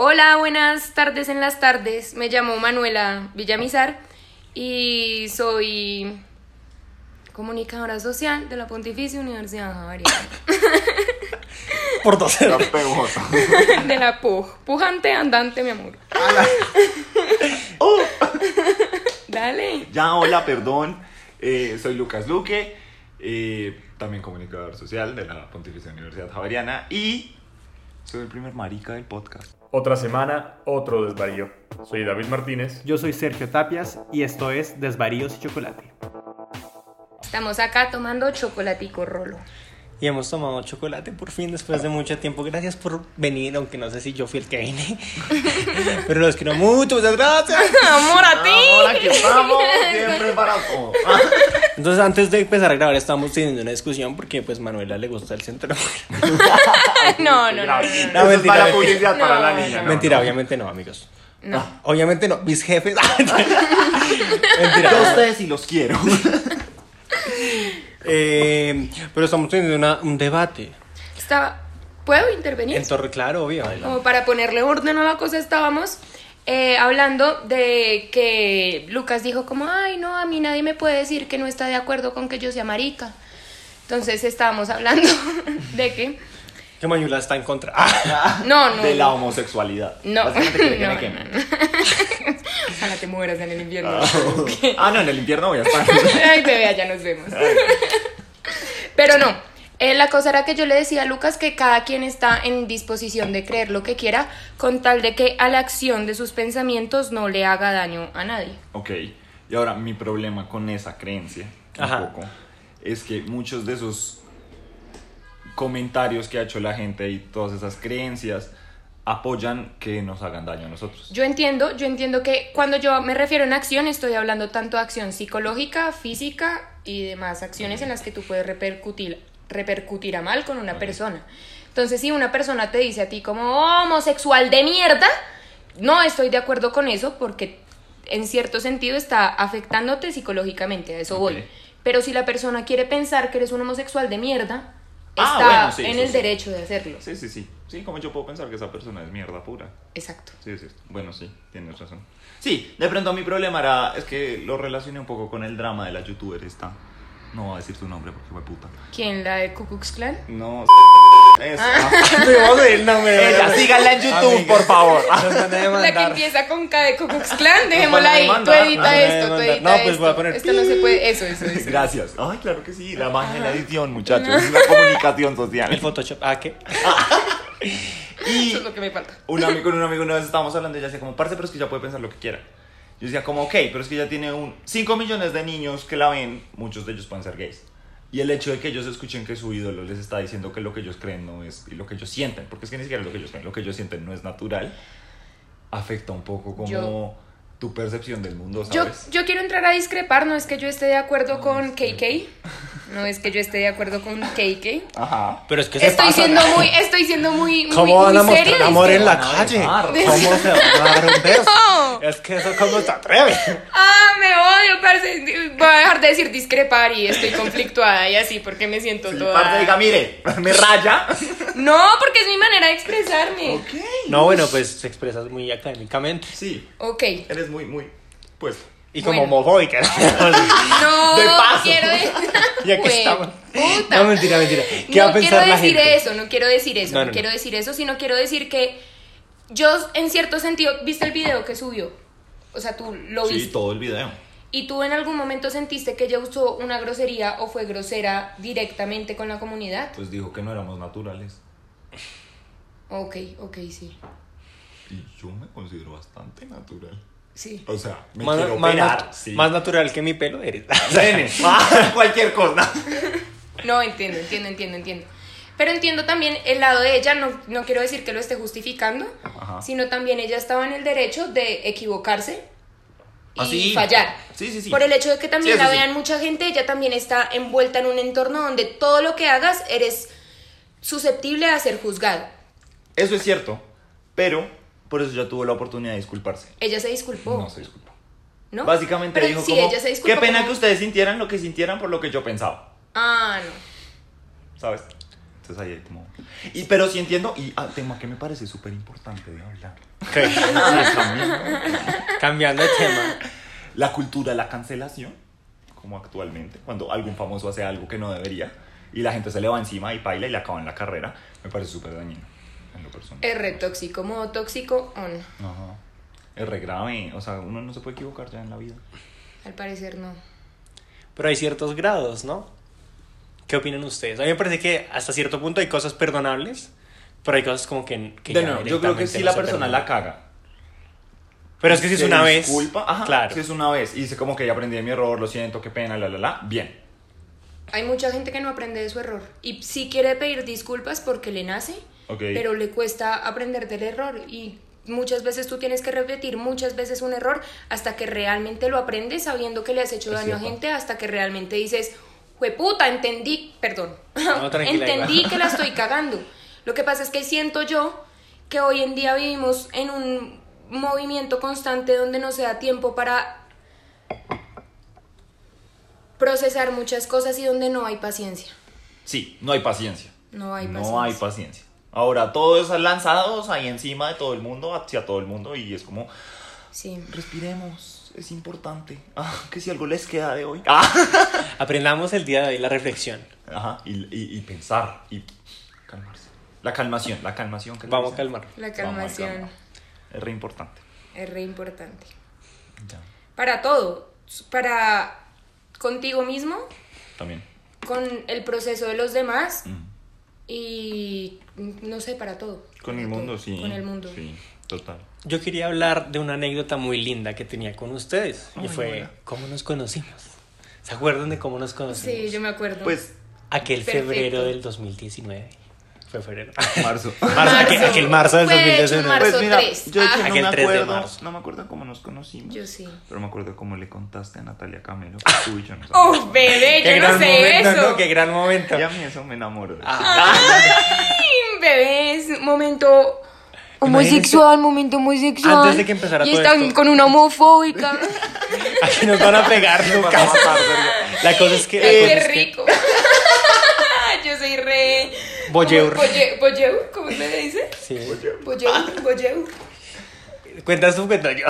Hola, buenas tardes en las tardes. Me llamo Manuela Villamizar y soy comunicadora social de la Pontificia Universidad Javeriana. Por dos La peor. De la PUJ. Pujante andante, mi amor. Oh. Dale. Ya, hola, perdón. Eh, soy Lucas Luque, eh, también comunicador social de la Pontificia Universidad Javeriana y soy el primer marica del podcast. Otra semana, otro desvarío. Soy David Martínez. Yo soy Sergio Tapias y esto es Desvaríos y Chocolate. Estamos acá tomando chocolatico rolo. Y hemos tomado chocolate por fin después de mucho tiempo. Gracias por venir, aunque no sé si yo fui el que vine. Pero los quiero mucho, muchas gracias. ¡Amor a Ahora ti! que Ah, estamos, Ah, siempre para todo. Entonces, antes de empezar a grabar, estábamos teniendo una discusión porque, pues, Manuela le gusta el centro. No, no, no, no. Eso no. No, es mentira, para mentira. publicidad para la No, niña. no, Mentira, no. obviamente no, amigos. Ah, No. Obviamente no, mis jefes. Mentira. Yo a ustedes sí los quiero. Eh, pero estamos teniendo una- un debate. Estaba... ¿Puedo intervenir? En Torre Claro, obvio. Como para ponerle orden a la cosa, estábamos eh, hablando de que Lucas dijo como, ay, no, a mí nadie me puede decir que no está de acuerdo con que yo sea marica. Entonces estábamos hablando de que... Que Manuela está en contra. Ah, No, no. De la homosexualidad. No, Básicamente que me no, quemen. no, no. Ojalá te mueras en el invierno. Ah, no, en el infierno voy a estar. Ay, bebé, allá nos vemos. Pero no, eh, la cosa era que yo le decía a Lucas que cada quien está en disposición de creer lo que quiera con tal de que a la acción de sus pensamientos no le haga daño a nadie. Ok, y ahora mi problema con esa creencia, un Ajá. poco, es que muchos de esos comentarios que ha hecho la gente y todas esas creencias apoyan que nos hagan daño a nosotros. Yo entiendo, yo entiendo que cuando yo me refiero en acción estoy hablando tanto de acción psicológica, física y demás acciones en las que tú puedes repercutir, repercutir a mal con una persona. Entonces, si una persona te dice a ti como "Oh, homosexual de mierda, no estoy de acuerdo con eso porque en cierto sentido está afectándote psicológicamente, a eso Ok. voy. Pero si la persona quiere pensar que eres un homosexual de mierda, Ah, está bueno, sí, en eso el sí. derecho de hacerlo. Sí, sí, sí. Sí, como yo puedo pensar que esa persona es mierda pura. Exacto. Sí, es cierto. Bueno, sí, tienes razón. Sí, de pronto mi problema era, es que lo relacioné un poco con el drama de la youtuber esta. No voy a decir su nombre porque fue puta. ¿Quién la de Ku Klux Klan? No, esa. te vamos a decir el nombre. Ella, síganla en YouTube, por favor. Nos van a La que demandar. empieza con K de Ku Klux Klan, dejémosla ahí. Tú demandar, nos van edita a esto, tú demandar. edita No, pues esto. voy a poner Esto no se puede. Eso, eso, eso. Gracias. Ay, claro que sí. La magia de la edición, muchachos. Es la comunicación El social. Photoshop. Ah, ¿qué? Y Eso es lo que me falta. un amigo con un amigo una vez estábamos hablando y ella decía como, parce, pero es que ya puede pensar lo que quiera. Yo decía como, ok, pero es que ya tiene un 5 millones de niños que la ven, muchos de ellos pueden ser gays. Y el hecho de que ellos escuchen que su ídolo les está diciendo que lo que ellos creen no es, y lo que ellos sienten, porque es que ni siquiera lo que ellos creen, lo que ellos sienten no es natural, afecta un poco como Yo- tu percepción del mundo, Yo, ¿sabes? yo quiero entrar a discrepar. No es que yo esté de acuerdo con KK. No es que yo esté de acuerdo con KK. Ajá. Pero es que se Estoy pasa. siendo muy, estoy siendo muy, muy, ¿Cómo van a muy mostrar seria. amor en discrepa. la calle? dejar. ¿Cómo se van a dar un beso? No. Es que eso, ¿cómo se atreve? Ah, me odio, parce. Voy a dejar de decir discrepar y estoy conflictuada y así porque me siento Y parte diga, toda. mire, me raya. No, porque es mi manera de expresarme. No, bueno, pues te expresas muy académicamente Sí, Ok, eres muy, muy pues, puesto. y Bueno. como homofóbica. No, De paso. quiero decir. Ya que estamos. No, mentira, mentira. ¿Qué no va a pensar quiero la decir gente? eso, no quiero decir eso, No, no, no, quiero no. decir eso, sino quiero decir que yo, en cierto sentido, ¿viste el video que subió? O sea, tú lo Sí, viste. todo el video. ¿Y tú en algún momento sentiste que ella usó una grosería o fue grosera directamente con la comunidad? Pues dijo que no éramos naturales. Ok, ok, sí. Y yo me considero bastante natural. Sí. O sea, me Más, quiero más operar. nat- más natural que mi pelo eres. Nene, Ah, cualquier cosa. No, entiendo, entiendo, entiendo, entiendo. Pero entiendo también el lado de ella, no, no quiero decir que lo esté justificando, Ajá. sino también ella estaba en el derecho de equivocarse y Ah, sí. fallar. Sí, sí, sí. Por el hecho de que también Sí, la sí, sí. vean mucha gente, ella también está envuelta en un entorno donde todo lo que hagas eres susceptible a ser juzgado. Eso es cierto, pero por eso ya tuvo la oportunidad de disculparse. Ella se disculpó, No se disculpó. Oh. ¿no? Básicamente Pero dijo sí, como, ella se disculpó qué pena como- que ustedes sintieran lo que sintieran por lo que yo pensaba, Ah, no. ¿sabes? Entonces ahí como... Y, pero sí entiendo, y ah, tema que me parece súper importante de hablar. Cambiando de tema. La cultura, la cancelación, como actualmente, cuando algún famoso hace algo que no debería y la gente se le va encima y baila y le acaban la carrera, me parece súper dañino en lo personal. Es re tóxico, modo tóxico on. Ajá. Es re grave, o sea, uno no se puede equivocar ya en la vida. Al parecer no. Pero hay ciertos grados, ¿no? ¿Qué opinan ustedes? A mí me parece que hasta cierto punto hay cosas perdonables, pero hay cosas como que, que De ya nuevo, yo creo que directamente si no la se persona perdonan. la caga Pero es que si es se una vez. disculpa, ajá, claro. Si es una vez y dice como que ya aprendí de mi error, lo siento, qué pena, la la la, bien. Hay mucha gente que no aprende de su error y sí quiere pedir disculpas porque le nace, Ok. pero le cuesta aprender del error y muchas veces tú tienes que repetir muchas veces un error hasta que realmente lo aprendes sabiendo que le has hecho Es daño a cierto. gente, hasta que realmente dices, jueputa, entendí, perdón, No, tranquila, entendí Iván. que la estoy cagando. Lo que pasa es que siento yo que hoy en día vivimos en un movimiento constante donde no se da tiempo para procesar muchas cosas y donde no hay paciencia. Sí, no hay paciencia. No hay No paciencia. hay paciencia. Ahora, todos lanzados ahí encima de todo el mundo, hacia todo el mundo, y es como, Sí. respiremos, es importante. Ah, que si algo les queda de hoy. Ah. Aprendamos el día de hoy la reflexión. Ajá, y, y- y pensar, y calmarse. La calmación, la calmación. que le Vamos a dicen. calmar. La Vamos a calmación. calmar. Es re importante. Es re importante. Ya, Para todo. Para contigo mismo, también. con el proceso de los demás Mm. y no sé, para todo. Con el Para mundo, todo. sí. Con el mundo. Sí, total. Yo quería hablar de una anécdota muy linda que tenía con ustedes. Ay, y fue hola. cómo nos conocimos. ¿Se acuerdan de cómo nos conocimos? Sí, yo me acuerdo. Pues, Aquel Perfecto. febrero del 2019. Fue febrero. marzo. Marzo, aquel, Marzo. aquel marzo del Fue hecho en 2019. marzo. Pues mira, tres. yo de hecho Ah. no Aquel me 3 de acuerdo, marzo. no me acuerdo cómo nos conocimos. Yo sí. Pero me acuerdo cómo le contaste a Natalia Camelo. que Tú y yo nos ¡Oh, bebé! Qué Yo no gran sé momento, eso. ¿no? Qué gran momento. amamos. Y a mí eso me enamoró. Ah. Ay, bebé, es momento homosexual, momento homosexual. Antes de que empezara Y todo están esto. con una homofóbica. Aquí nos van a pegar, Lucas. La cosa es que. la cosa ¡Qué es que- rico! Yo soy re... Voyeur. ¿Cómo- voye- voyeur? ¿Cómo se le dice? Sí. Ah. Voyeur, voyeur. Cuentas tú, cuento yo.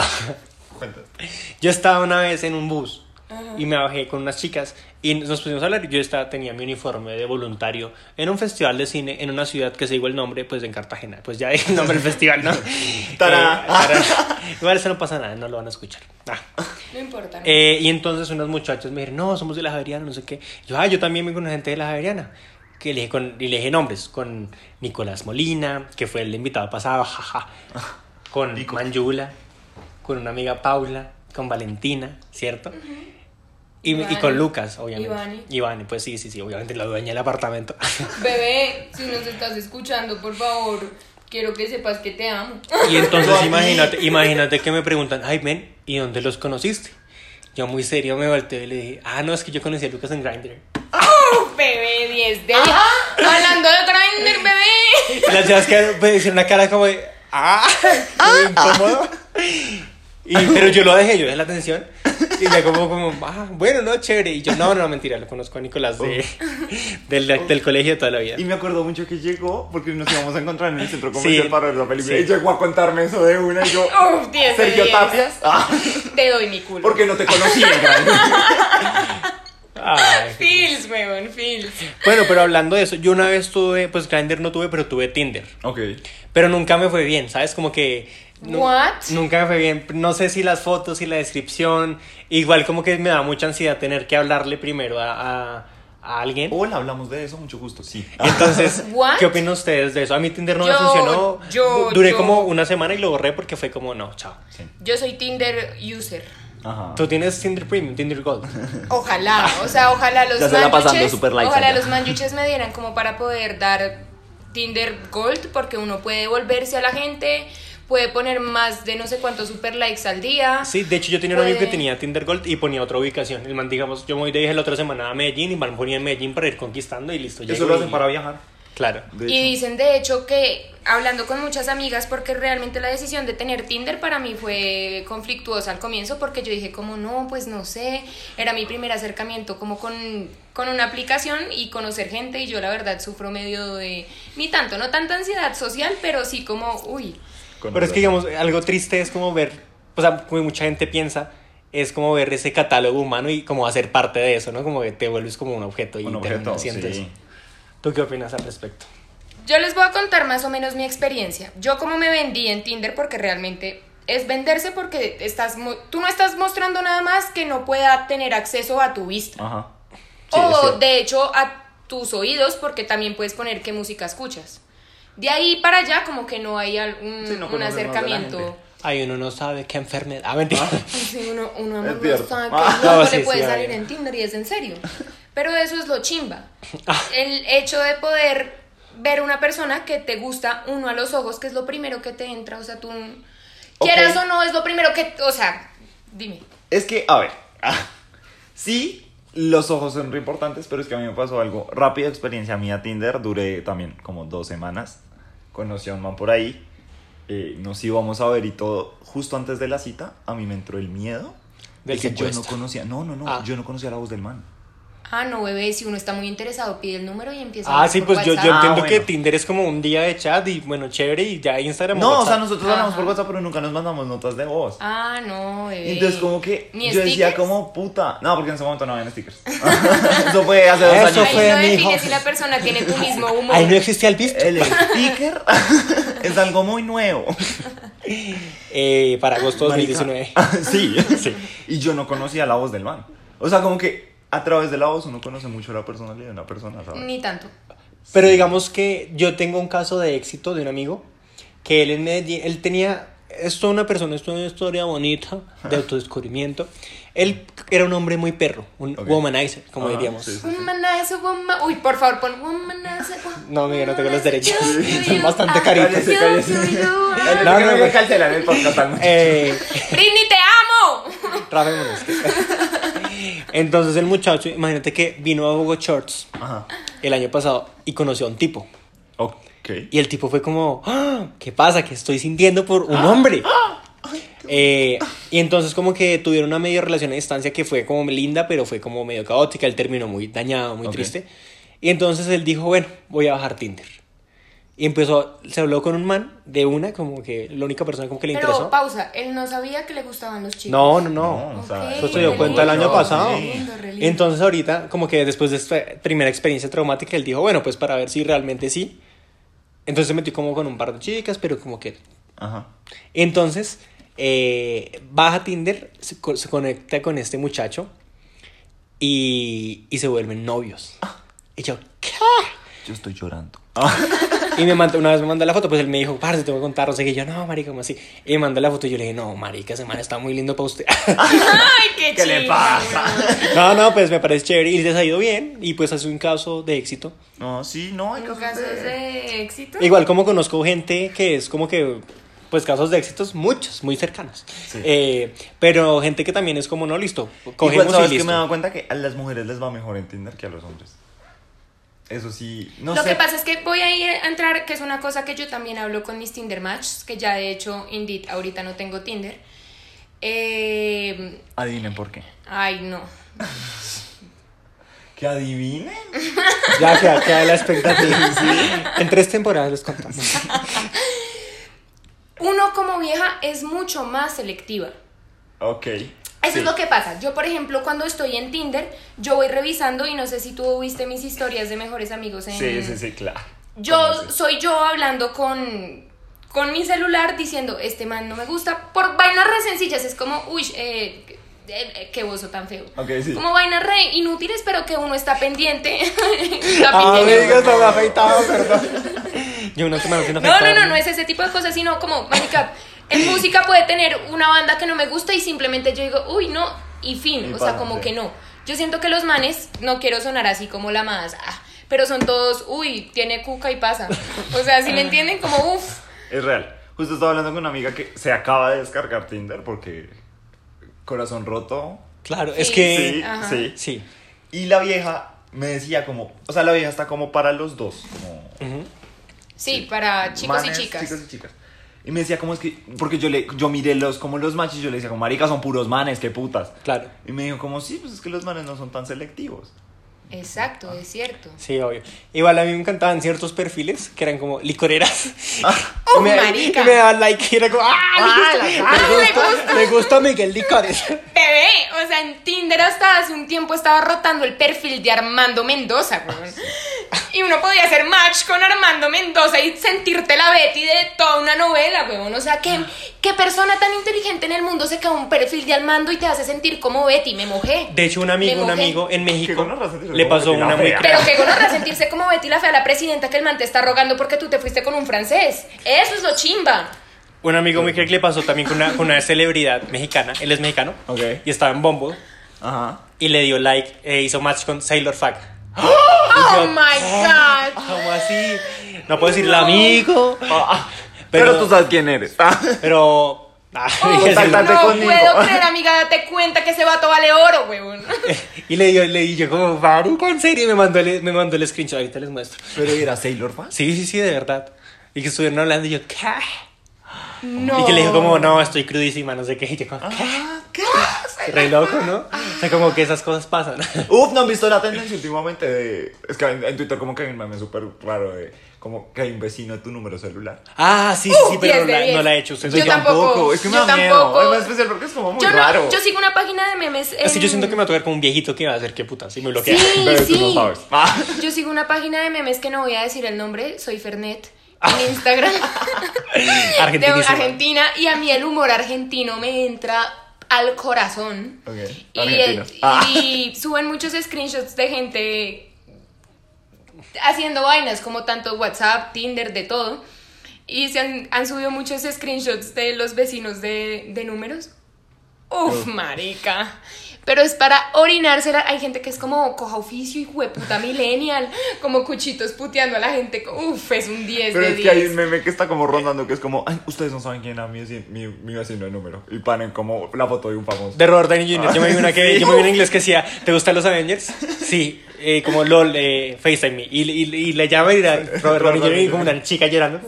Yo estaba una vez en un bus y me bajé con unas chicas y nos pusimos a hablar. Yo estaba, tenía mi uniforme de voluntario en un festival de cine en una ciudad que se igual el nombre, pues en Cartagena. Pues ya dije el nombre del festival, ¿no? Tará. Eh, tará. Igual eso no pasa nada, no lo van a escuchar. Ah. No importa. ¿no? Eh, y entonces unos muchachos me dijeron, no, somos de la Javeriana, no sé qué. Yo, ah, yo también vengo con gente de la Javeriana. Que le dije con, y le dije nombres, con Nicolás Molina, que fue el invitado pasado, jaja. Con Manjula, con una amiga Paula, con Valentina, ¿cierto? Y, y Ivani. con Lucas, obviamente. Ivani. Ivani, pues sí, sí, sí, obviamente la dueña del apartamento. Bebé, si nos estás escuchando, por favor, quiero que sepas que te amo. Y Yo a entonces ti. imagínate, imagínate que me preguntan, ay, men, ¿y dónde los conociste? Yo muy serio me volteé y le dije, ah, no, es que yo conocí a Lucas en Grindr. Bebé, 10 de... Hablando de Grindr, bebé. Y Las chavas que me hicieron una cara como de, ah, muy incómodo. Y, pero yo lo dejé, yo dejé la atención. Y ya como, como, ah, bueno, no, chévere. Y yo, no, no, mentira, lo conozco a Nicolás de, del, del colegio de toda la vida. Y me acuerdo mucho que llegó porque nos íbamos a encontrar en el centro comercial Sí, para ver la película. sí. Y llegó a contarme eso de una. Y yo, Uf, 10 de Sergio 10. Tapias, ah, Te doy mi culo. porque no te conocí. ¿verdad? Ay. Feels, weón, feels. Bueno, pero hablando de eso, yo una vez tuve, pues Grindr no tuve, pero tuve Tinder. ok. Pero nunca me fue bien, ¿sabes? Como que... nu- What? Nunca me fue bien. No sé si las fotos y la descripción. Igual como que me da mucha ansiedad tener que hablarle primero a, a- a alguien. Hola, hablamos de eso, mucho gusto. Sí. Entonces, What? ¿qué opinan ustedes de eso? A mí Tinder no me Yo- funcionó. yo- Du- Duré yo- como una semana y lo borré porque fue como, no, chao. Sí. Yo soy Tinder user. Ah, Ajá. Tú tienes Tinder Premium, Tinder Gold. Ojalá, o sea, ojalá los Ya se la pasando manjuches- super likes ojalá allá. los manjuches me dieran como para poder dar Tinder Gold porque uno puede volverse a la gente, puede poner más de no sé cuántos super likes al día. Sí, de hecho yo tenía un Puede. amigo que tenía Tinder Gold y ponía otra ubicación. El man, digamos, yo me voy de viaje la otra semana a Medellín y me ponía en Medellín para ir conquistando y listo. Eso llego lo y- hacen para viajar. Claro. De Y hecho. dicen de hecho que hablando con muchas amigas porque realmente la decisión de tener Tinder para mí fue conflictuosa al comienzo porque yo dije como no, pues no sé, era mi primer acercamiento como con, con una aplicación y conocer gente y yo la verdad sufro medio de, ni tanto, no tanta ansiedad social, pero sí como, uy, Con Pero es que, razón. digamos, algo triste es como ver, o sea, como mucha gente piensa, es como ver ese catálogo humano y como hacer parte de eso, ¿no? Como que te vuelves como un objeto y Un objeto, terminas siendo sí. eso. ¿Tú qué opinas al respecto? Yo les voy a contar más o menos mi experiencia. Yo como me vendí en Tinder porque realmente es venderse porque estás mo- tú no estás mostrando nada más que no pueda tener acceso a tu vista Ajá. o de hecho a tus oídos porque también puedes poner qué música escuchas. De ahí para allá como que no hay algún, Sí, no conoces más un de la acercamiento. gente. Ay, uno no sabe qué enfermedad. Ah, mentira. Sí, uno, uno no cierto. sabe que Ah. loco No, sí, le sí, puede obvio. salir en Tinder y es en serio. Pero eso es lo chimba. El hecho de poder ver una persona que te gusta uno a los ojos, que es lo primero que te entra, o sea, tú Ok. quieras o no, es lo primero que, o sea, dime. Es que, a ver, sí, los ojos son re importantes, pero es que a mí me pasó algo. Rápida experiencia mía Tinder, duré también como dos semanas. Conocí a un man por ahí, eh, nos íbamos a ver y todo. Justo antes de la cita, a mí me entró el miedo. de Del que yo no secuestro. conocía, no, no, no, Ah. yo no conocía la voz del man. Ah, no, bebé, si uno está muy interesado, pide el número y empieza a Ah, hablar sí, por pues yo, yo WhatsApp. Ah, entiendo que bueno. Tinder es como un día de chat y bueno, chévere y ya Instagram. No, o WhatsApp. sea, nosotros hablamos por Ajá. WhatsApp, pero nunca nos mandamos notas de voz. Ah, no, bebé. Y Entonces como que yo ¿Ni decía stickers? como puta, no, porque en ese momento no había stickers. Eso fue hace dos Eso años. Ahí fue, no define mijo. si la persona tiene tu mismo humor. Ahí no existía el visto. El sticker es algo muy nuevo. Eh, para agosto Marica. 2019. sí, sí. Y yo no conocía la voz del man. O sea, como que a través de la voz uno conoce mucho la personalidad de una persona, ¿sabes? Ni tanto. Pero digamos que yo tengo un caso de éxito de un amigo que él en Medellín, él tenía, es toda una persona, es toda una historia bonita de autodescubrimiento. Él era un hombre muy perro, un Ok. womanizer, como Ajá, diríamos. sí, sí. Womanizer, woman... Uy, por favor, pon womanizer, woman- No, mira, no tengo los derechos. Yo, Son yo, bastante I caritos. love you, Cállese, cállese. you, I- No, no, no. cancelan el podcast al muchacho. Eh, Britney, te amo. trabémonos. Entonces el muchacho, imagínate que vino a Hugo Shorts Ajá. el año pasado y conoció a un tipo. Ok. Y el tipo fue como, "Ah, ¿qué pasa? ¿Qué estoy sintiendo por un hombre? Eh, y entonces como que tuvieron una medio relación a distancia que fue como linda, pero fue como medio caótica, él terminó muy dañado, muy Ok. triste. Y entonces él dijo, bueno, voy a bajar Tinder. Y empezó, se habló con un man de una, como que la única persona como que le Pero interesó. pausa, él no sabía que le gustaban los chicos. No, no, no. No, o sea, Ok, Eso Pues se dio re cuenta el lindo, año pasado. re lindo, re lindo. Entonces ahorita, como que después de esta primera experiencia traumática, él dijo, bueno, pues para ver si realmente sí. Entonces se metió como con un par de chicas, pero como que... Ajá. Entonces, eh, baja Tinder, se, co- se conecta con este muchacho y, y se vuelven novios. Y yo, ¿qué? Yo estoy llorando. Y me mandó, una vez me mandó la foto, pues él me dijo, parce, tengo que contar, no sé qué. Y yo, no, marica, ¿cómo así? Y me mandó la foto y yo le dije, no, marica, ese man está muy lindo para usted. Ay, qué ¿Qué le chido. pasa? No, no, pues me parece chévere y les ha ido bien y pues es un caso de éxito. No, sí, no, hay En casos casos de... de éxito. Igual como conozco gente que es como que, pues casos de éxitos muchos, muy cercanos. Eh, pero gente que también es como, no, listo, Igual cogemos sabes y que me he listo. dado cuenta que a las mujeres les va mejor en Tinder que a los hombres. Eso sí, no Lo sé. que pasa es que voy a ir a entrar, que es una cosa que yo también hablo con mis Tinder Matches, que ya de hecho, Indeed, ahorita no tengo Tinder. Eh, Adivinen por qué. ay, no. ¿Que adivinen? Ya queda, queda la expectativa. En tres temporadas les contamos. Uno como vieja es mucho más selectiva. Ok. Eso Sí. es lo que pasa. Yo, por ejemplo, cuando estoy en Tinder, yo voy revisando y no sé si tú viste mis historias de mejores amigos en... Sí, sí, sí, claro. Este, Yo ¿Cómo así? soy yo hablando con, con mi celular diciendo, este man no me gusta, por vainas re sencillas. Es como, uy, eh, eh, eh, qué bozo tan feo. Ok, sí. Como vainas re inútiles, pero que uno está pendiente. Está Ah, pendiente. me se me ha afeitado, perdón. Yo no se me ha No, afeitado. no, no, no es ese tipo de cosas, sino como, marica, en música puede tener una banda que no me gusta y simplemente yo digo, uy, no, y fin, Y o sea, pa'lante. como que no. Yo siento que los manes, no quiero sonar así como la más, ah, pero son todos, uy, tiene cuca y pasa. O sea, si me entienden, como, uff, Es real. Justo estaba hablando con una amiga que se acaba de descargar Tinder porque corazón roto. Claro, es Sí, Sí, que... Ajá. sí. Sí. Y la vieja me decía como, o sea, la vieja está como para los dos, como Sí, para chicos manes, y chicas. Chicos y chicas. Y me decía, ¿cómo es que.? Porque yo, le, yo miré los, como los machos y yo le decía, como maricas son puros manes, qué putas. Claro. Y me dijo, como sí, pues es que los manes no son tan selectivos. Exacto, es cierto. Sí, obvio. Igual a mí me encantaban ciertos perfiles que eran como licoreras. ¡Oh, y me, marica! y me daban like y era como, ¡ah! Ah, le, gusta, ah, le le gusta- le gusta Miguel Licores. Bebé, o sea, en Tinder hasta hace un tiempo estaba rotando el perfil de Armando Mendoza, weón. Y uno podía hacer match con Armando Mendoza y sentirte la Betty de toda una novela, weón. O sea, ¿qué, qué persona tan inteligente en el mundo se cae un perfil de Armando y te hace sentir como Betty? Me mojé. De hecho, un Me amigo, un mojé. amigo en México gonorra sentirse le como pasó que la una muy fea. Pero qué gonorra sentirse como Betty la fea, la presidenta que el man te está rogando porque tú te fuiste con un francés. Eso es lo chimba. Un amigo muy crack le pasó también con una, con una celebridad mexicana, él es mexicano, Ok. y estaba en Bombo, Ajá. y le dio like, e hizo match con Sailor Fag. Oh my god. ¿Cómo así? No puedo decirle amigo, Ah, Pero, Pero- tú sabes quién eres. pero... ah, dije, tal, tal. sí. no conmigo. puedo creer, amiga, date cuenta que ese vato vale oro, huevón. y le dio, le di yo como, "Marica, en serio, y me mandó, el, me mandó el screenshot, ahorita les muestro. Pero era Sailor Fan. Sí, sí, sí, de verdad. Y que estuvieron hablando y yo, ¿qué? No. Y que le dijo como, no, estoy crudísima, no sé qué. Y yo como, ¿qué? Ah, Re loco, ¿no? O sea, como que esas cosas pasan. Uf, no han visto la tendencia últimamente de. Es que en, en Twitter, como que hay un meme súper raro de. Como que hay un vecino de tu número celular. Ah, sí, sí, Uh, sí, 10 pero no de la, 10. no la he hecho. Ustedes Yo lo llaman. tampoco. Es que me yo da miedo. tampoco. Es más especial porque es como muy yo, no- raro. yo sigo una página de memes. En... Es que yo siento que me va a tocar con un viejito que va a hacer qué putas y me bloquea. Sí, Pero tú sí. no sabes. Ah. Yo sigo una página de memes que no voy a decir el nombre, soy Fernet. Ah. En Instagram. de Argentinísima. Argentina. Y a mí el humor argentino me entra al corazón. Ok, Y, argentinos. y Ah. suben muchos screenshots de gente haciendo vainas, como tanto WhatsApp, Tinder, de todo. Y se han, han subido muchos screenshots de los vecinos de, de números. Uf, marica. Pero es para orinársela. Hay gente que es como coja oficio y puta millennial. Como cuchitos puteando a la gente. Uf, es un 10 Pero de es que hay 10. un meme que está como rondando que es como, ay, ustedes no saben quién era mi, vecino- mi, mi vecino de número. Y ponen como la foto de un famoso. De Robert Downey Jr. Yo me vi una que yo me vi una en inglés que decía, ¿te gustan los Avengers? Sí, eh, como LOL, eh, FaceTime me. Y, y, y le llama y era Robert Downey Jr. y como una chica llorando.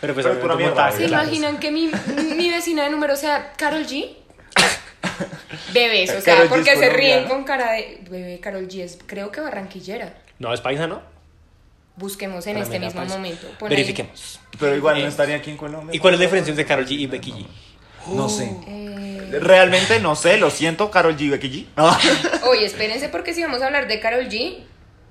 Pero pues Pero obviamente es pura mierda, montada, ¿Se Claro. claro. imaginan que mi, mi vecina de número sea Carol G? Bebés, o sea, Karol G es porque se ríen colombiana. con cara de. Bebé, Carol G es, creo que barranquillera. No, es paisa, ¿no? Busquemos en este Tremenda mismo paisa. momento. Pon ahí. pues, Verifiquemos. Pero igual no estaría aquí en Colombia. ¿Y cuál es la diferencia entre Karol G y Becky G? No sé. Eh, Realmente no sé, lo siento, Carol G. Becky G. Oye, espérense porque si vamos a hablar de Carol G,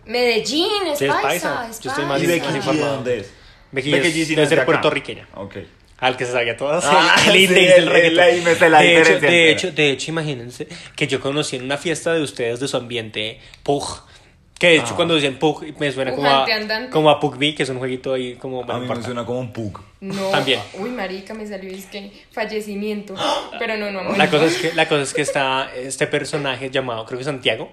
Medellín, es Sí, es paisa, paisa. es Yo estoy paisa. más ¿Y Becky Ah. G de dónde es? Becky, Becky G G sí no debe es de ser acá. puertorriqueña. Ok. Al que se sabía todas. Ah, el sí, index el- del reggaetón. el- ahí me sé la de, hecho, diferencia de, entera. hecho, de hecho, imagínense que yo conocí en una fiesta de ustedes de su ambiente Pug. Que de Ah. hecho, cuando dicen Pug, me suena como a, Pujante andante. como a Pugby, que es un jueguito ahí como. A bueno, mí me importa. suena como un pug. No, También. uy, marica, me salió es que fallecimiento, pero no, no, amor. La cosa es que, la cosa es que está este personaje llamado, creo que Santiago.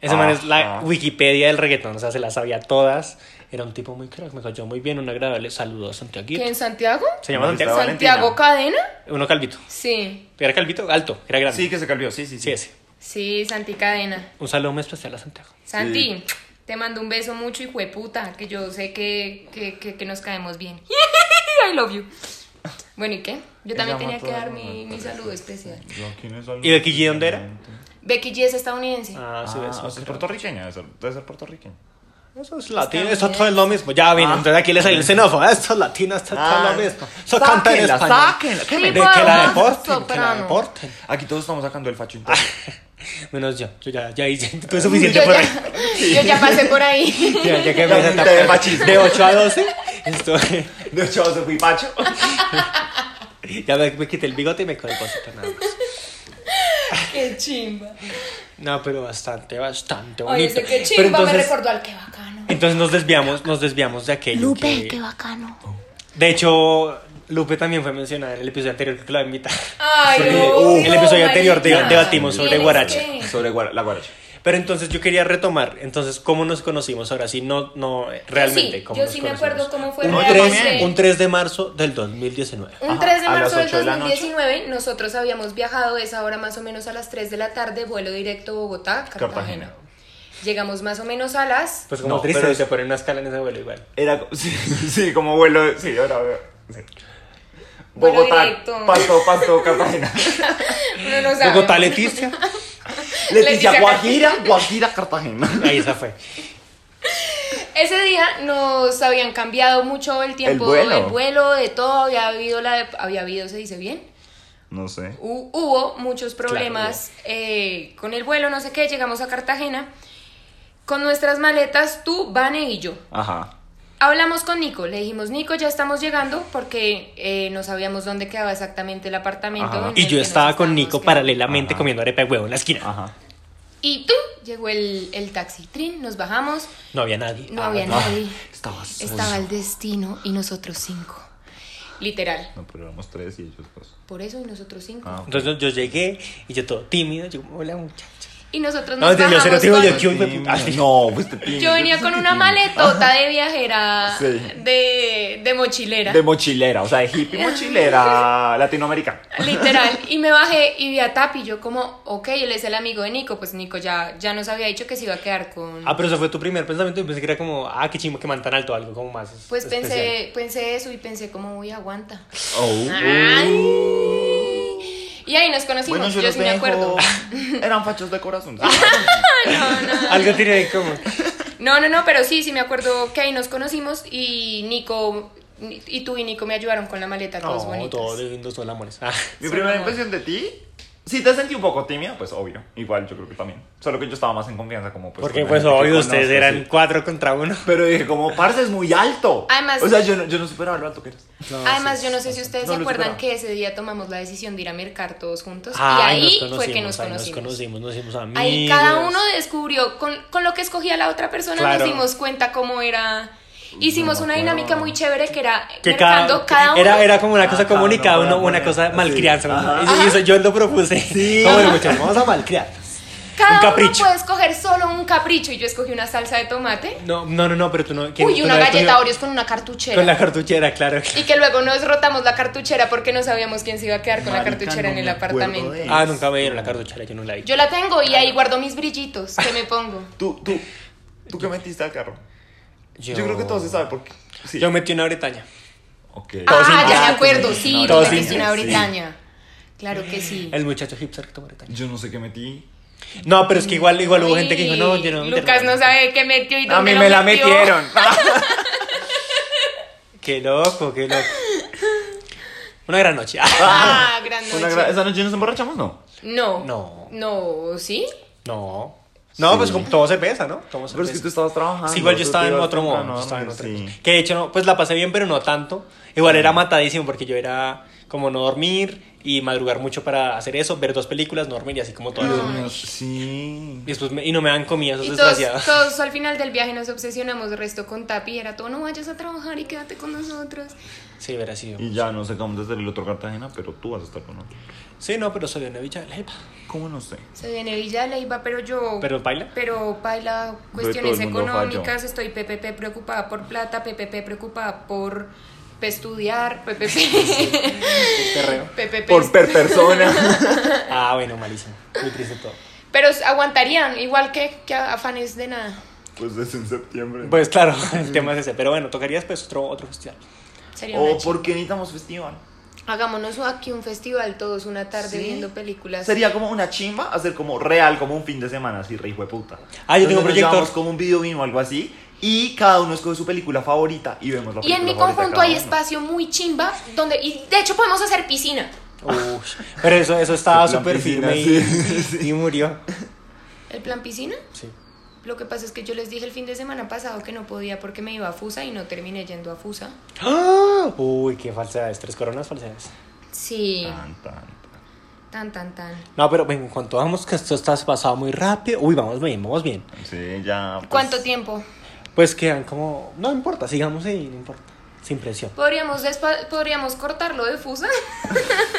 Ese Ah, man es la Ajá. Wikipedia del reggaetón, o sea, se las sabía todas. Era un tipo muy crack, me cayó muy bien, un agradable saludo a Santiago. ¿Quién, Santiago? Se llama ¿Dónde Santiago. estaba? Valentina. ¿Santiago Cadena? Uno calvito. Sí, Era calvito, alto, era grande. Sí, que se calvió, sí, sí, sí. Sí, ese. sí, Santi Cadena. Un saludo muy especial a Santiago. Santi, te mando un beso mucho, hijo de puta, que yo sé que, que, que, que nos caemos bien. I love you. Bueno, ¿y qué? Yo también tenía que dar mi, mi saludo especial. ¿Y Becky G dónde era? Becky G es estadounidense. Ah, sí, Ah, eso. o sea, es puertorriqueña, debe ser, debe ser puertorriqueña. Eso es latino, esto todo es lo mismo. Ya vino, Ah. entonces aquí le salió el xenófono. Esto es latino, esto es todo Ah. lo mismo. Eso canta en Sáquenla, español. sáquenla, que Sí, pues. De me- que por la favor, deporten, que la soprano. deporten. Aquí todos estamos sacando el facho interno. Menos yo, yo ya, ya hice, tuve yo, Ah, suficiente por ahí. ya, yo ya pasé por ahí. Ya, ya que Ya me esa fuiste etapa de machismo. de 8 a 12, esto, De hecho, se fui facho. ya me, me quité el bigote y me quedé el cosito nada más. Qué chimba. No, pero bastante, bastante bonito. Oye, ese qué pero chimba me entonces, recordó al que bacano. entonces nos desviamos, nos desviamos de aquello Lupe, que- qué bacano. De hecho, Lupe también fue mencionada en el episodio anterior, creo que la invita. Ay, Porque, obvio, uh, el episodio anterior marica. de- debatimos sobre Tienes guaracha. que- Sobre guara- la guaracha. Pero entonces yo quería retomar, entonces, ¿cómo nos conocimos ahora? Sí, no, no, eh, realmente. Sí, ¿cómo yo nos sí me acuerdo conocimos? cómo fue Un realmente. 3, un 3 de marzo del 2019. Un Ajá, 3 de a las marzo del 8 de la 2019 nosotros habíamos viajado esa hora más o menos a las 3 de la tarde, vuelo directo Bogotá, Cartagena. Cartagena. Llegamos más o menos a las... Pues como No, triste, pero- se pone una escala en ese vuelo igual. Era co- sí, sí, como vuelo. Sí, ahora veo. sí. Vuelo Bogotá, directo. Pasto, Pasto, Cartagena. Uno no sabe. Bogotá, Leticia. Leticia Leticia Guajira, Guajira, Cartagena. Ahí se fue. Ese día nos habían cambiado mucho el tiempo El vuelo. del vuelo, de todo, había habido la de- había habido, se dice bien. No sé. Hu- hubo muchos problemas eh, con el vuelo, no sé qué, llegamos a Cartagena con nuestras maletas, tú, Vane y yo. Ajá. Hablamos con Nico, le dijimos, Nico, ya estamos llegando porque eh, no sabíamos dónde quedaba exactamente el apartamento. Ajá. en Y el que yo nos estaba con estábamos Nico quedando. paralelamente Ajá. comiendo arepa de huevo en la esquina. Ajá. Y tú, llegó el, el taxi, trin, nos bajamos, No había nadie. no había Ah, nadie. Estaba solo. Estaba el destino y nosotros cinco. Literal. No, pero éramos tres y ellos dos. Por eso y nosotros cinco. Ah, Entonces yo llegué y yo todo tímido, yo como, hola muchachos. Y nosotros No, nos desde los bajamos cero, tío, con- yo- Ah. ¿Qué hijo de Sí, puta? No, pues, fuiste tímido. Yo venía con una maletota de viajera, Sí. de, de mochilera. De mochilera, o sea, de hippie mochilera latinoamericana. Literal. Y me bajé y vi a Tapi. Yo como, ok, él es el amigo de Nico. Pues Nico ya, ya nos había dicho que se iba a quedar con... Ah, pero eso fue tu primer pensamiento. Yo pensé que era como, ah, qué chingo que man tan alto, algo como más. es- pues especial. pensé, pensé eso y pensé como, uy, aguanta. Oh. Ay. Y ahí nos conocimos, Bueno, yo, yo, los sí me dejo. acuerdo. Ah, Eran fachos de corazón. Algo tiene ahí como. No, no, no, pero sí, sí me acuerdo que ahí nos conocimos y Nico, y tú y Nico me ayudaron con la maleta, todos No, bonitos. todos lindos, todos amores. Ah. Mi Sí, primera amor. impresión de ti, si te sentí un poco tímida, pues obvio. Igual yo creo que también. Solo que yo estaba más en confianza como pues. Porque con la pues gente que obvio, conozco, ustedes eran sí. cuatro contra uno. Pero dije, como parce es muy alto. Además- O sea, yo no, yo no superaba lo alto que eres. Además, yo no sé si ustedes No se lo acuerdan superaba. que ese día tomamos la decisión de ir a mercar todos juntos Ay, y ahí fue que nos ahí conocimos. Nos conocimos, nos hicimos amigos. Ahí cada uno descubrió, con, con lo que escogía la otra persona, Claro. nos dimos cuenta cómo era. Hicimos No una me acuerdo. dinámica muy chévere que era que mercando cada, cada, uno. era, era como una Ah, cosa cada común y uno cada para uno una poner- cosa Ah, sí. malcrianza. Ajá. Y- Y eso yo lo propuse. Como de muchachos, vamos a malcriar. cada un uno capricho. puede escoger solo un capricho. Y yo escogí una salsa de tomate. No, no, no, no, pero tú no. ¿quién- Uy, tú una no- tú galleta no- Oreos con una cartuchera. Con la cartuchera, claro. Y que luego nos rotamos la cartuchera porque no sabíamos quién se iba a quedar con la Marica, cartuchera no en me el acuerdo apartamento. de eso. Ah, nunca me dieron la cartuchera, yo no la vi. Yo la tengo y ahí guardo mis brillitos que me pongo. Tú, tú, tú que metiste al carro. Yo, creo que todo se sabe por qué. Sí. Yo metí una bretaña. Ok. Ah, ya me sin- acuerdo, sin- sí, todos porque sin- es una sí. Bretaña. Claro que sí. El muchacho hipster que tomó bretaña. Yo no sé qué metí. No, pero es que igual, igual hubo gente que dijo, Uy, no, yo no. metí Lucas no nada". sabe qué metió y dónde A mí lo me la metió. metieron. Qué loco, qué loco. Una gran noche. Ah, gran noche. Una gra- ¿Esa noche nos emborrachamos? No. No. No. No, ¿sí? No. No, pues como todo se pesa, ¿no? Todo se Pero pues. es que pesa. tú estabas trabajando. Sí, igual yo tú estaba te en ibas otro modo. temprano, yo estaba en ¿no? otro Sí. modo. Que de hecho, no, pues la pasé bien, pero no tanto. Igual era matadísimo porque yo era como no dormir y madrugar mucho para hacer eso, ver dos películas, no dormir y así como todo. Dios mío, sí. Y, después me- y no me dan comida, esos Y todos, desgraciados. todos al final del viaje nos obsesionamos, resto con Tapi, era todo, no vayas a trabajar y quédate con nosotros. Sí, hubiera sido. Y ya nos acabamos de hacer el otro Cartagena, pero tú vas a estar con otro. Sí, no, pero soy una bicha de la Jepa. ¿Cómo no sé? Se viene Villa de Leiva, pero yo... Pero baila. Pero paila, Ve, cuestiones todo el mundo falló. económicas, estoy PPP preocupada por plata, PPP preocupada por pe estudiar, PPP. Perreo. PPP. Por per persona. Ah, bueno, malísimo. Muy triste todo. Pero aguantarían, igual que, que afanes de nada. pues es en septiembre. Pues claro, el tema es ese. Pero bueno, tocaría después otro, otro festival. Sería una o ch- porque necesitamos festival. Hagámonos aquí un festival todos una tarde Sí. viendo películas. Sería como una chimba hacer como real, como un fin de semana, así re hijo de puta. Ah, yo tengo Entonces nos proyector. llevamos como un video vino o algo así. Y cada uno escoge su película favorita y vemos la Y película. en mi favorita de conjunto cada hay uno. espacio muy chimba donde y de hecho podemos hacer piscina. Ush. pero eso, eso estaba La súper piscina, firme y, sí. y murió. ¿El plan piscina? Sí. Lo que pasa es que yo les dije el fin de semana pasado que no podía porque me iba a Fusa y no terminé yendo a Fusa. ¡Ah! Uy, qué falsedades. Tres coronas falsedades. Sí, Tan, tan, tan. Ah. tan tan tan. Pues No, pero venga, en cuanto vamos, que esto está pasado muy rápido. Uy, vamos bien, vamos bien. Sí, ya. pues, ¿Cuánto tiempo? Pues quedan como. No importa, sigamos y no importa. Sin presión. ¿Podríamos, despa- ¿Podríamos cortarlo de Fusa?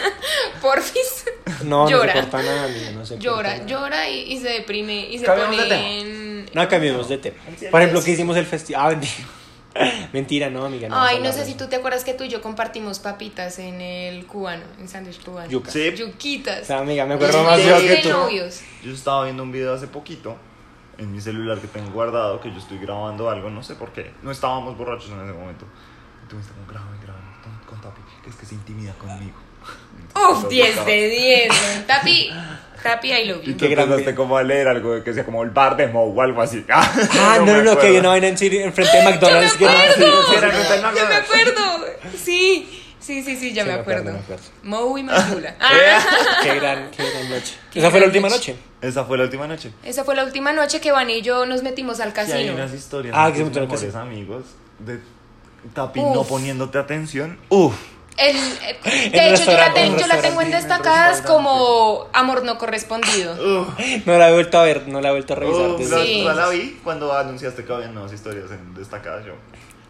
Porfis. No, Llora. no se corta nada, amigo, no se corta Llora, nada. llora y, y se deprime y se Cambiamos de pone tema. en... No, cambiemos de tema. Por ejemplo, que hicimos el festival. mentira, no, amiga. No, Ay, vamos a no sé hablar si de tú te acuerdas que tú y yo compartimos papitas en el cubano, en sándwich cubano. Yuca. Sí. Yuquitas. eso. O sea, amiga, me Yo acuerdo soy más yo de que tú. novios. Yo estaba viendo un video hace poquito en mi celular que tengo guardado, que yo estoy grabando algo, no sé por qué. No estábamos borrachos en ese momento. Y tú me estás como, graba, graba, con- con Tapi, que es que se intimida conmigo. Uf, 10 de 10. weón. Tapi, Tapi, I love Y you. tú Qué gran empezaste video. como a leer algo que sea como el bar de Mo o algo así. Ah, no, no, me no, que acuerdo. hay una vaina en Siri- enfrente de McDonald's. que- Sí, era frente al Yo me McDonald's. acuerdo. Sí, sí, sí, sí, ya Sí, me me acuerdo, acuerdo. me acuerdo. Eh. Mou y Macula. Ah, Qué gran, qué gran noche. Qué Esa fue la gran última noche. noche. Esa fue la última noche. esa fue la última noche que Van y yo nos metimos al Sí, hay casino. unas historias Ah, ah, que que se metió en el mejores casino. amigos de Tapi Uf. no poniéndote atención. Uf. El- eh, En de hecho, yo la, restaurante, te- en yo la tengo en restaurante, en destacadas restaurante. como amor no correspondido. No la he vuelto a ver, no la he vuelto a revisar. Uf, desde- la, Sí. la- la vi cuando anunciaste que había nuevas historias en destacadas yo.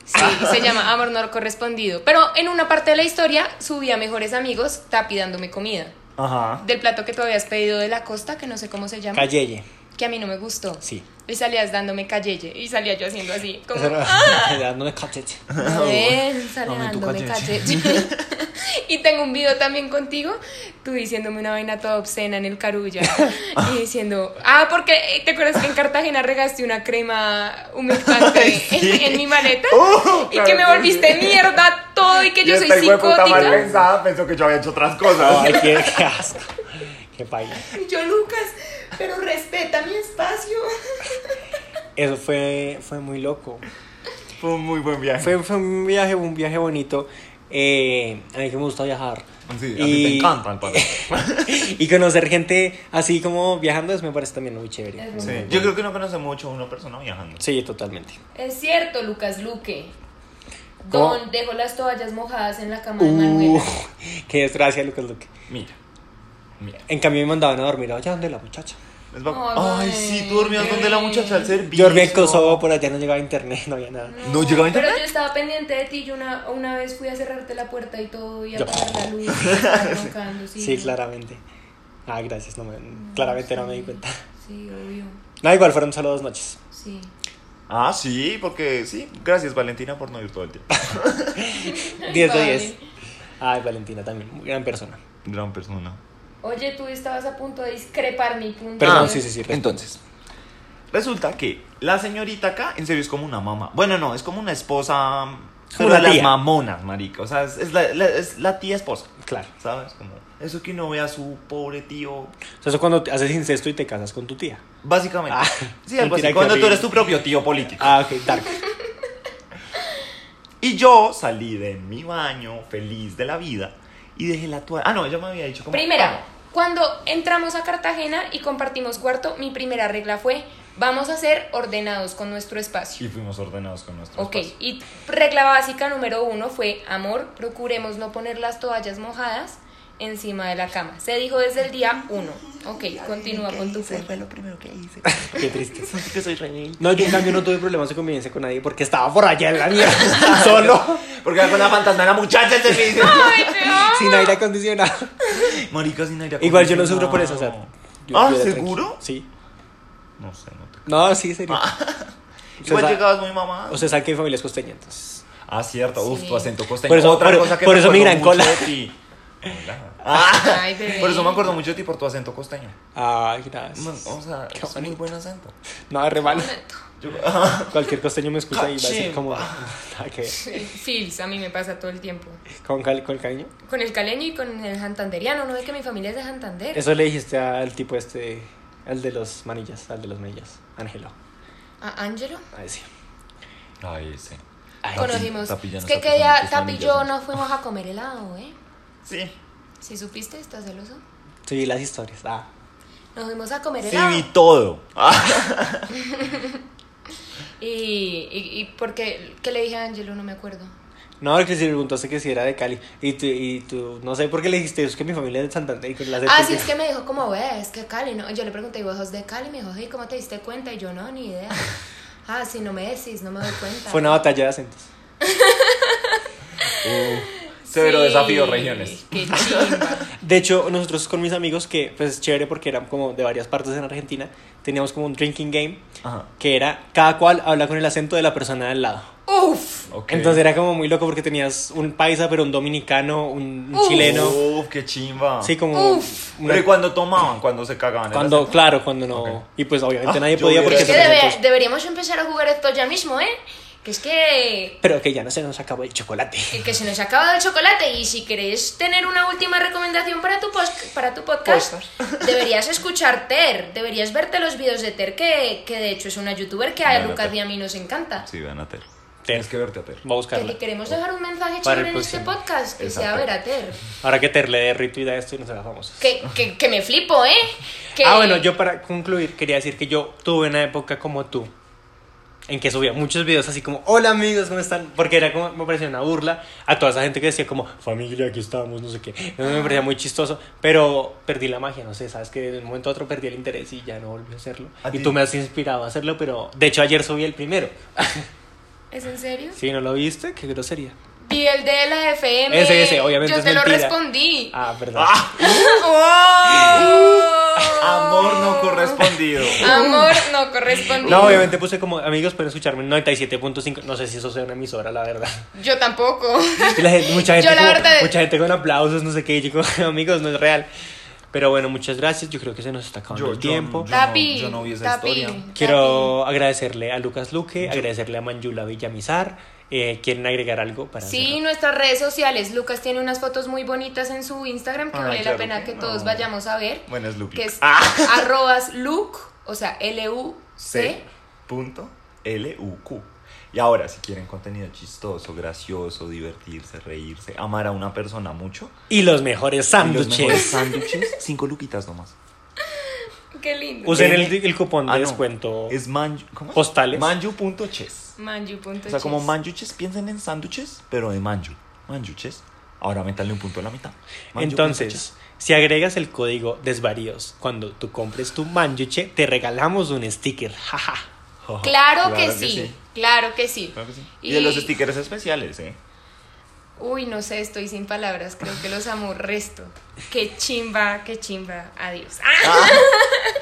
Sí, se llama amor no correspondido. Pero en una parte de la historia subí a mejores amigos Tapi dándome comida. Ajá. Del plato que tú habías pedido de la costa, que no sé cómo se llama. Calleye, que a mí no me gustó. sí. Y salías dándome calleye. Y salía yo haciendo así, como, Esa era- No me cachete. "A ver, salía Mami, tú dándome calleye". calleye. y tengo un video también contigo, tú diciéndome una vaina toda obscena en el Carulla. y diciendo, ah, porque eh, te acuerdas que en Cartagena regaste una crema humectante en, en mi maleta. y claro que me que volviste mierda todo y que yo y soy esta hijueputa mal psicótica. pensada pensó que yo había hecho otras cosas. Ay, qué qué asco. Qué paila. Yo, Lucas, pero respeta mi espacio. Eso fue, fue muy loco. Fue un muy buen viaje. Fue, fue un viaje, un viaje bonito. Eh, a mí que me gusta viajar. Sí, a ti Y- te encanta el parque. Y conocer gente así como viajando eso me parece también muy Es chévere. muy Sí. Yo creo que no conoce mucho a una persona viajando. Sí, totalmente. Es cierto, Lucas Luque. ¿Cómo? Don dejó las toallas mojadas en la cama de Uh, Manuela. qué desgracia, Lucas Luque. Mira. Mira. En cambio me mandaban a dormir allá donde la muchacha. Les va- Ay, Ay, sí, tú dormías güey. donde la muchacha al servicio. Yo dormía en Kosovo, por allá no llegaba internet, no había nada. No llegaba Pero internet. yo estaba pendiente de ti. Yo una, una vez fui a cerrarte la puerta y todo y a Yo. apagar la luz. y estaba roncando, sí, Sí, claramente. Ah, gracias, no me, claramente no me di cuenta. Sí, obvio. No, igual fueron solo dos noches. Sí. Ah, sí, porque sí. Gracias, Valentina, por no ir todo el tiempo. 10 de Vale. 10. Ay, Valentina también, muy gran persona. Gran persona. Oye, tú estabas a punto de discrepar mi punto. Perdón, de- sí, sí, sí. respeto. Ah, Entonces, resulta que la señorita acá, en serio, es como una mamá. Bueno, no, es como una esposa. Pero Una de las tía. mamonas, marica. O sea, es, es la, la- es la tía esposa. Claro. ¿Sabes? Como, eso que no ve a su pobre tío. O sea, eso cuando te haces incesto y te casas con tu tía. Básicamente. Ah, sí, algo mentira, así. qué Cuando tú horrible. eres tu propio tío político. Ah, ok, Dark. Y yo salí de mi baño, feliz de la vida, y dejé la toalla. Ah, no, ella me había dicho como. Primera, cuando entramos a Cartagena y compartimos cuarto, mi primera regla fue: vamos a ser ordenados con nuestro espacio. Y fuimos ordenados con nuestro Ok, espacio. y regla básica número uno fue, amor, procuremos no poner las toallas mojadas encima de la cama. Se dijo desde el día uno. Ok, continúa con tu punto. lo primero que hice. Qué triste. que soy rebelde. No, yo en cambio no tuve problemas de convivencia con nadie porque estaba por allá en la mierda, solo, Porque con la fantasma la muchacha del servicio. Ah. sin aire acondicionado. Marica sin aire Igual yo no sufro por eso, o sea. yo Ah, estuviera ¿seguro? tranquilo. Sí. No sé, no te. No, sí, serio. Igual o sea, llegabas muy mamá. O sea, saqué familias costeñas, entonces. ah, cierto. Uf, Sí. tu acento costeño. Por eso- Otra por- cosa que por me eso me acuerdo gran cola. mucho de ti. Hola. Ah, Ay, bebé. por eso me acuerdo mucho de ti por tu acento costeño. Ay, Man, gracias. O sea, Qué es muy bonito. buen acento. No, re mal. Yo, Cualquier costeño me escucha y va a decir Cachín. como. nada que ver. Eh, Fils, a mí me pasa todo el tiempo. ¿Con, cal- con cariño. Con el caleño y con el jantanderiano, ¿no es que mi familia es de Santander? Eso le dijiste al tipo este. Al de los manillas, al de los manillas. Ángelo. ¿A Ángelo? A decir. Ay, sí. Ay, Cono- Conocimos. Tapi ya es no que está que día pisando Tapi tus y yo manillas. nos fuimos a comer helado, ¿eh? Sí. Si supiste, ¿estás celoso? Sí, las historias. Ah. Nos fuimos a comer Sí, helado. vi todo. Ah, Y, y, y porque, ¿qué le dije a Ángelo? No me acuerdo. No, que si le preguntaste que si era de Cali. Y tú, y tú, no sé por qué le dijiste, es que mi familia es de Santander y con las Ah, sí, es que me dijo como, ve, es que Cali, ¿no? Yo le pregunté, ¿y vos sos de Cali? Me dijo, sí, ¿cómo te diste cuenta? Y yo, no, ni idea. Ah, si no me decís, no me doy cuenta. Fue una batalla de acentos. Cero Sí, Uh, desafío, regiones. Qué chimba. De hecho, nosotros con mis amigos, que pues es chévere porque eran como de varias partes en Argentina, teníamos como un drinking game Ajá. que era cada cual habla con el acento de la persona de al lado. Uf. Ok. Entonces era como muy loco porque tenías un paisa, pero un dominicano, un, un Uf. chileno. Uf, qué chimba. Sí, como. Uf. una- Pero ¿y cuando tomaban? Cuando se cagaban. en la cuando, cena? claro, cuando no. Ok. Y pues obviamente Ah, nadie yo podía hubiera porque se hecho eso. nos debe- entonces- deberíamos empezar a jugar esto ya mismo, ¿eh? Que es que, Pero que ya no se nos acabó el chocolate. que, que se nos acaba el chocolate y si querés tener una última recomendación para tu, pos- para tu podcast, Pues, deberías escuchar Ter, deberías verte los videos de Ter, que, que de hecho es una youtuber que a Bueno, Lucas pues. Ter. y a mí nos encanta. Sí, vean a Ter. Ter. Tienes que verte a Ter. Voy a Que buscarla. le queremos dejar un mensaje Para el chévere en este próximo. podcast, que sea Exacto. ver a Ter. Ahora que Ter le dé retweet a esto y nos haga famosos. Que, que, que me flipo, ¿eh? Que- Ah, bueno, yo para concluir quería decir que yo tuve una época como tú, en que subía muchos videos así como, hola amigos, ¿cómo están? Porque era como, me parecía una burla a toda esa gente que decía como, familia, aquí estamos, no sé qué. No, me parecía muy chistoso, pero perdí la magia, no sé, sabes que de un momento a otro perdí el interés y ya no volví a hacerlo. ¿A y ti? tú me has inspirado a hacerlo, pero de hecho ayer subí el primero. ¿Es en serio? ¿Sí, no lo viste? Qué grosería. Y el de la FM. Ese, ese, obviamente Yo es te lo mentira. respondí. Ah, perdón. Ah. ¡Oh! Amor no correspondido. Amor no correspondido. No, obviamente puse como, amigos, pueden escucharme en 97.5, no sé si eso sea una emisora, la verdad. Yo tampoco. Y la gente- mucha, gente Yo la como- verdad- mucha gente con aplausos, no sé qué. y yo como, amigos, no es real. Pero bueno, muchas gracias. Yo creo que se nos está acabando Yo- el yo- tiempo. yo- Tapi. no vi esa tapi, historia. tapi. Quiero agradecerle a Lucas Luque, agradecerle a Manjula Villamizar. Eh, ¿Quieren agregar algo para Sí, cerrar? nuestras redes sociales. Lucas tiene unas fotos muy bonitas en su Instagram que Ay, vale la claro pena que que no. todos vayamos a ver. Bueno, es Lupi. que es Ah. arrobas Luke, o sea, L-U-C. C.L.U.Q. Y ahora, si quieren contenido chistoso, gracioso, divertirse, reírse, amar a una persona mucho, Y los mejores y los sándwiches. mejores sándwiches, cinco luquitas nomás. Qué lindo. Usen Ven. el, el cupón de Ah, no, descuento. Es manju, ¿cómo es? Postales. Manju.ches. Manju.chess. O sea, como manjuches, piensen en sándwiches, pero de manju. Manjuches. Ahora métanle un punto a la mitad. Manju Entonces, si agregas el código desvaríos cuando tú compres tu manjuche, te regalamos un sticker. Jaja. punto chess. Claro, que, sí, claro que sí. Claro que sí. Y, Y- de los stickers especiales, ¿eh? Uy, no sé, estoy sin palabras, creo que los amo resto. Qué chimba, qué chimba. Adiós. ¡Ah!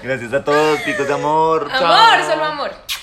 Gracias a todos, picos de amor. Amor, solo amor.